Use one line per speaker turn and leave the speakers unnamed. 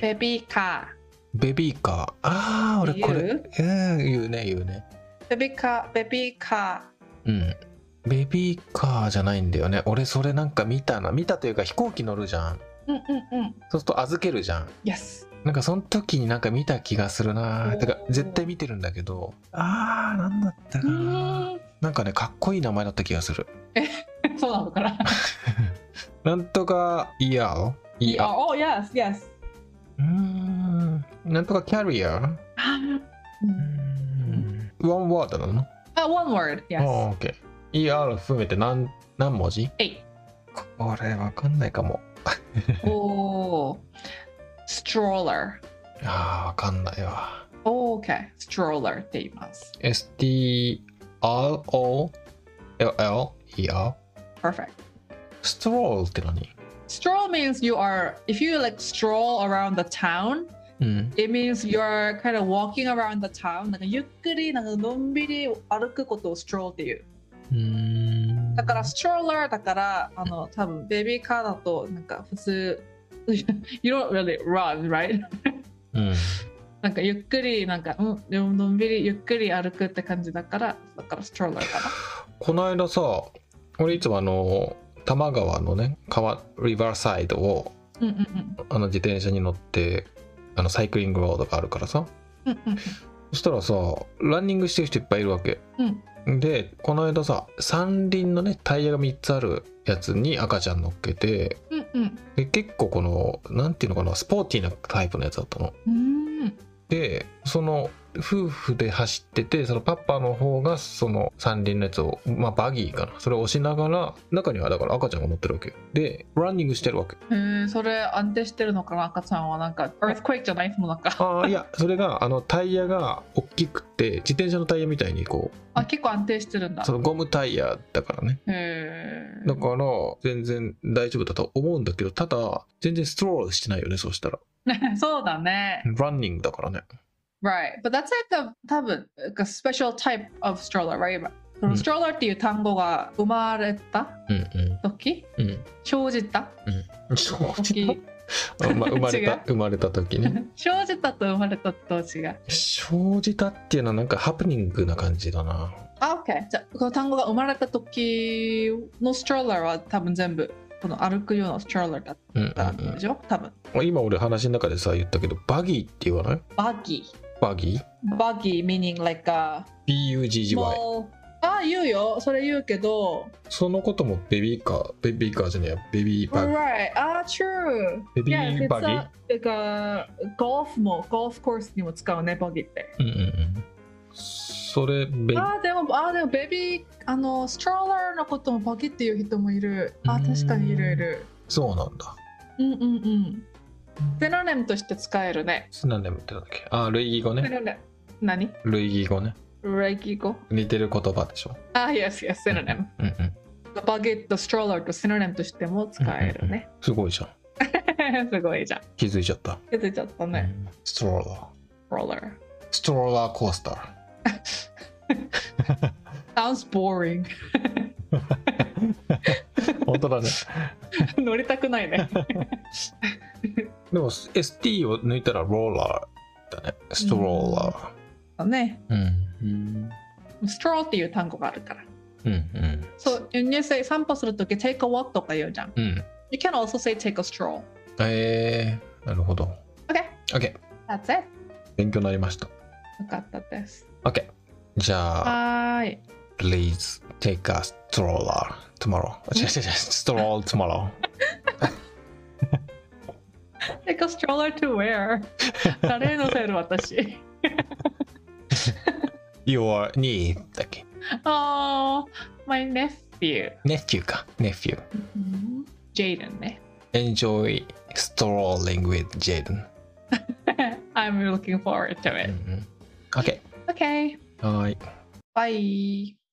ベビーカ
ベビーカー。ああ、俺こ
言
れ
う。
うん、言うね、言うね。
ーベビーカーベビーカ
うん。ベビーカーじゃないんだよね。俺それなんか見たな。見たというか飛行機乗るじゃん。
ーうんうんうん
そうすると預けるじゃん。
Yes
なんかその時になんか見た気がするな。
おー
てか絶対見てるんだけど。ああ、なんだったか
う
な。
ーん
なんかね、かっこいい名前だった気がす る。
そうなのかな
なんとかイヤーイヤー。
Oh yes yes
うーん。なんとかキャリアう
あー
ーん。ワンワードなの
あ one word
ああ
yes
オッケー。ER 含めて何何文字
えい
これわかんないかも。
おー Oh. stroller
ああ、わかんないわ。
OK stroller って言います
STROLLER?
perfect
ストロールって何
stroll means you are if you like stroll around the town
うん。
it means you're kind of walking around the town なんかゆっくりなんかのんびり歩くことを stroll っていう
うーん。
だから stroller だからあの多分ベビーカーだとなんか普通 you don't really run right
うん。
なんかゆっくりなんかうんでものんびりゆっくり歩くって感じだからだから stroller か
この間さ、俺いつもあの、多摩川のね、川、リバーサイドを、
なうんうん
あの、自転車に乗って、あの、サイクリングロードがあるからさ。
うんうんうん
そしたらさ、ランニングしてる人いっぱいいるわけ。で、この間さ、三輪のね、タイヤが3つあるやつに赤ちゃん乗っけて、
うんうん
で結構このなんていうのかなスポーティーなタイプのやつだったの。
うんうん
でその夫婦で走っててそのパパの方がその三輪のやつを、まあ、バギーかなそれを押しながら中にはだから赤ちゃんが乗ってるわけよでランニングしてるわけ
えー、それ安定してるのかな赤ちゃんはなんか earthquake じゃないもうなんか
ああいやそれがあのタイヤが大きくて自転車のタイヤみたいにこ
あ結構安定してるんだ
うそのゴムタイヤだからね
へえ
だから全然大丈夫だと思うんだけどただ全然ストロールしてないよねそうしたら
そうだね
ランニングだからね
right but that's like a 多分 like a special type of stroller right その
うん
stroller っていう単語が生まれた
うん
時
うんうん
生じた
そう
時
あま生まれ
違う
た生まれた時ね
生じたと生まれたと違う
生じたっていうのはなんかハプニングな感じだな
あ OK じゃあこの単語が生まれた時の stroller は多分全部この歩くような stroller だっ
うんう
たん
ん
でしょ多分
うん今俺話の中でさ言ったけどバギーって言わない
バギ
バギー
ーバギー meaning like a
?BUGGY
もうああ言うよそれ言うけど
そのこともベビーカーベビーカーじゃねえやベビーバギー
right ああ true
ベビ
Yes,
ー
it's
バギー
a- てかゴルフもゴルフコースにも使うねバギーって
うんうんうんそれベ
ああでもああでもベビーあのストローラーのこともバギーっていう人もいるあ
う
あ
ーん
確かにいるいる
そうなんだ
うんうんうんセノネムとして使えるね
何でも言ってたんだっけあ類義語
セ
ね
ノネム何
類義語ね
レギ語
似てる言葉でしょ
ああ yes yes セノネム
うんうん
バギーとストローラーとセノネムとしても使えるね
すごいじゃん
すごいじゃん
気づいちゃった
気づいちゃったね
うんストローラー
ストローラー
ストローラーコースター
sounds boring
本当だね
乗りたくない ね
でも ST を抜いたらローラーだね。ストローラ
ね
ー。うん。
ストローっていう単語があるから
うんうん。
So when you say 散歩するとき take a walk とか言うじゃん。
うん。
You can also say take a stroll.
えー、なるほど。
Okay.
OK。
That's it.
勉強になりました。
よかったです。
OK。じゃあ、
はーい。
please take a stroller tomorrow. 違う違う違う、stroll tomorrow.
Take a stroller to where? 誰のせいる私。
Your niece だっけ
Oh, my nephew.
?nephew か。nephew。
Jaden ね。
Enjoy strolling with Jaden. Mm.
I'm looking forward to
うんう
it.
ん OK。
Okay.
はーい。
Bye.